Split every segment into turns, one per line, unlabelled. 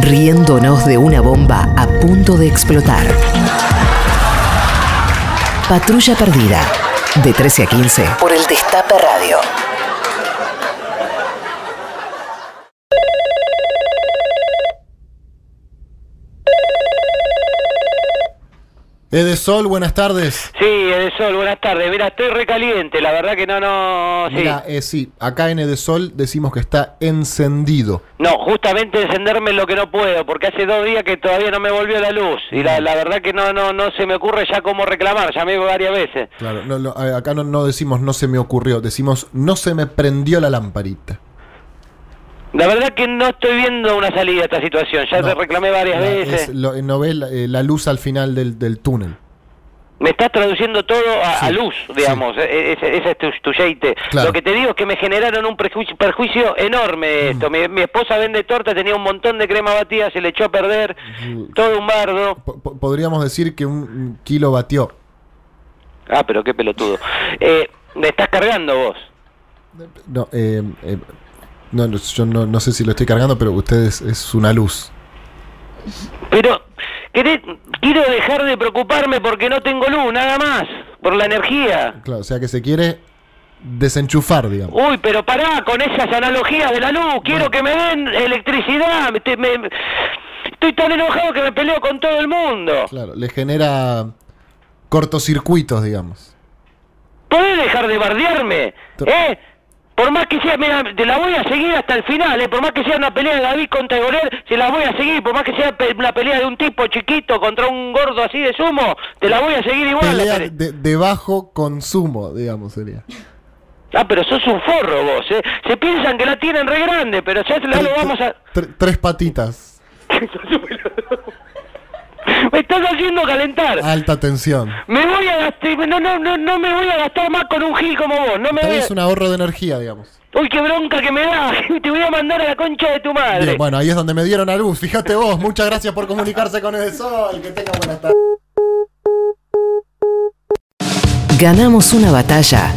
riéndonos de una bomba a punto de explotar. Patrulla Perdida, de 13 a 15, por el Destape Radio.
Edesol, E buenas tardes.
Sí, Edesol, buenas tardes. Mira, estoy recaliente, la verdad que no, no. Sí.
Mira, eh, sí, acá en Edesol decimos que está encendido.
No, justamente encenderme es lo que no puedo, porque hace dos días que todavía no me volvió la luz. Y la, la verdad que no, no, no se me ocurre ya cómo reclamar, llamé varias veces.
Claro, no, no, eh, acá no, no decimos no se me ocurrió, decimos no se me prendió la lamparita.
La verdad que no estoy viendo una salida a esta situación, ya Eh, te reclamé varias
La-
veces.
es lo- eh, no ves la, eh, la luz al final del, del túnel.
Me estás traduciendo todo a,
Sí.
a luz, digamos, e- ese, ese es tu, tu yeite.
Claro.
Lo que te digo es que me generaron un perjuicio, perjuicio enorme
Mm.
de esto. Mi, mi esposa vende torta, tenía un montón de crema batida, se le echó a perder, todo un bardo.
Po- po- podríamos decir que un- un kilo batió.
Ah, pero qué pelotudo. Eh, me estás cargando vos.
No, eh, eh, no, no, yo no, no sé si lo estoy cargando, pero ustedes es una luz.
Pero querés- quiero dejar de preocuparme porque no tengo luz, nada más, por la energía.
Claro, o sea que se quiere desenchufar, digamos.
Uy, pero pará con esas analogías de la luz. Quiero que me den electricidad. Me- te- me- me- estoy tan enojado que me peleo con todo el mundo.
Claro, le genera cortocircuitos, digamos.
¿Podés dejar de bardearme?
Te-
¿Eh? Por más que sea, mira, te la voy a seguir hasta el final, ¿eh? por más que sea una pelea de David contra Goler, se la voy a seguir, por más que sea pe- una pelea de un tipo chiquito contra un gordo así de sumo, te la voy a seguir igual. la
Pelea
pele-
de, de bajo consumo, digamos, sería.
Ah, pero sos un forro vos, ¿eh? Se piensan que la tienen re grande, pero ya se la lo vamos a...
Tre- tres patitas,
Me estás haciendo calentar.
alta tensión.
Me voy a gastar, no, no, no, no me voy a gastar más con un gil como vos, no me voy
Traes
a...
un ahorro de energía, digamos.
Uy, qué bronca que me da, te voy a mandar a la concha de tu madre.
Bien, bueno, ahí es donde me dieron a luz. Fíjate vos, muchas gracias por comunicarse con el sol. Que tenga buenas tardes.
Ganamos una batalla,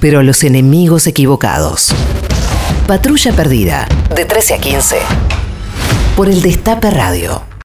pero los enemigos equivocados. Patrulla Perdida, de 13 a 15, por el Destape Radio.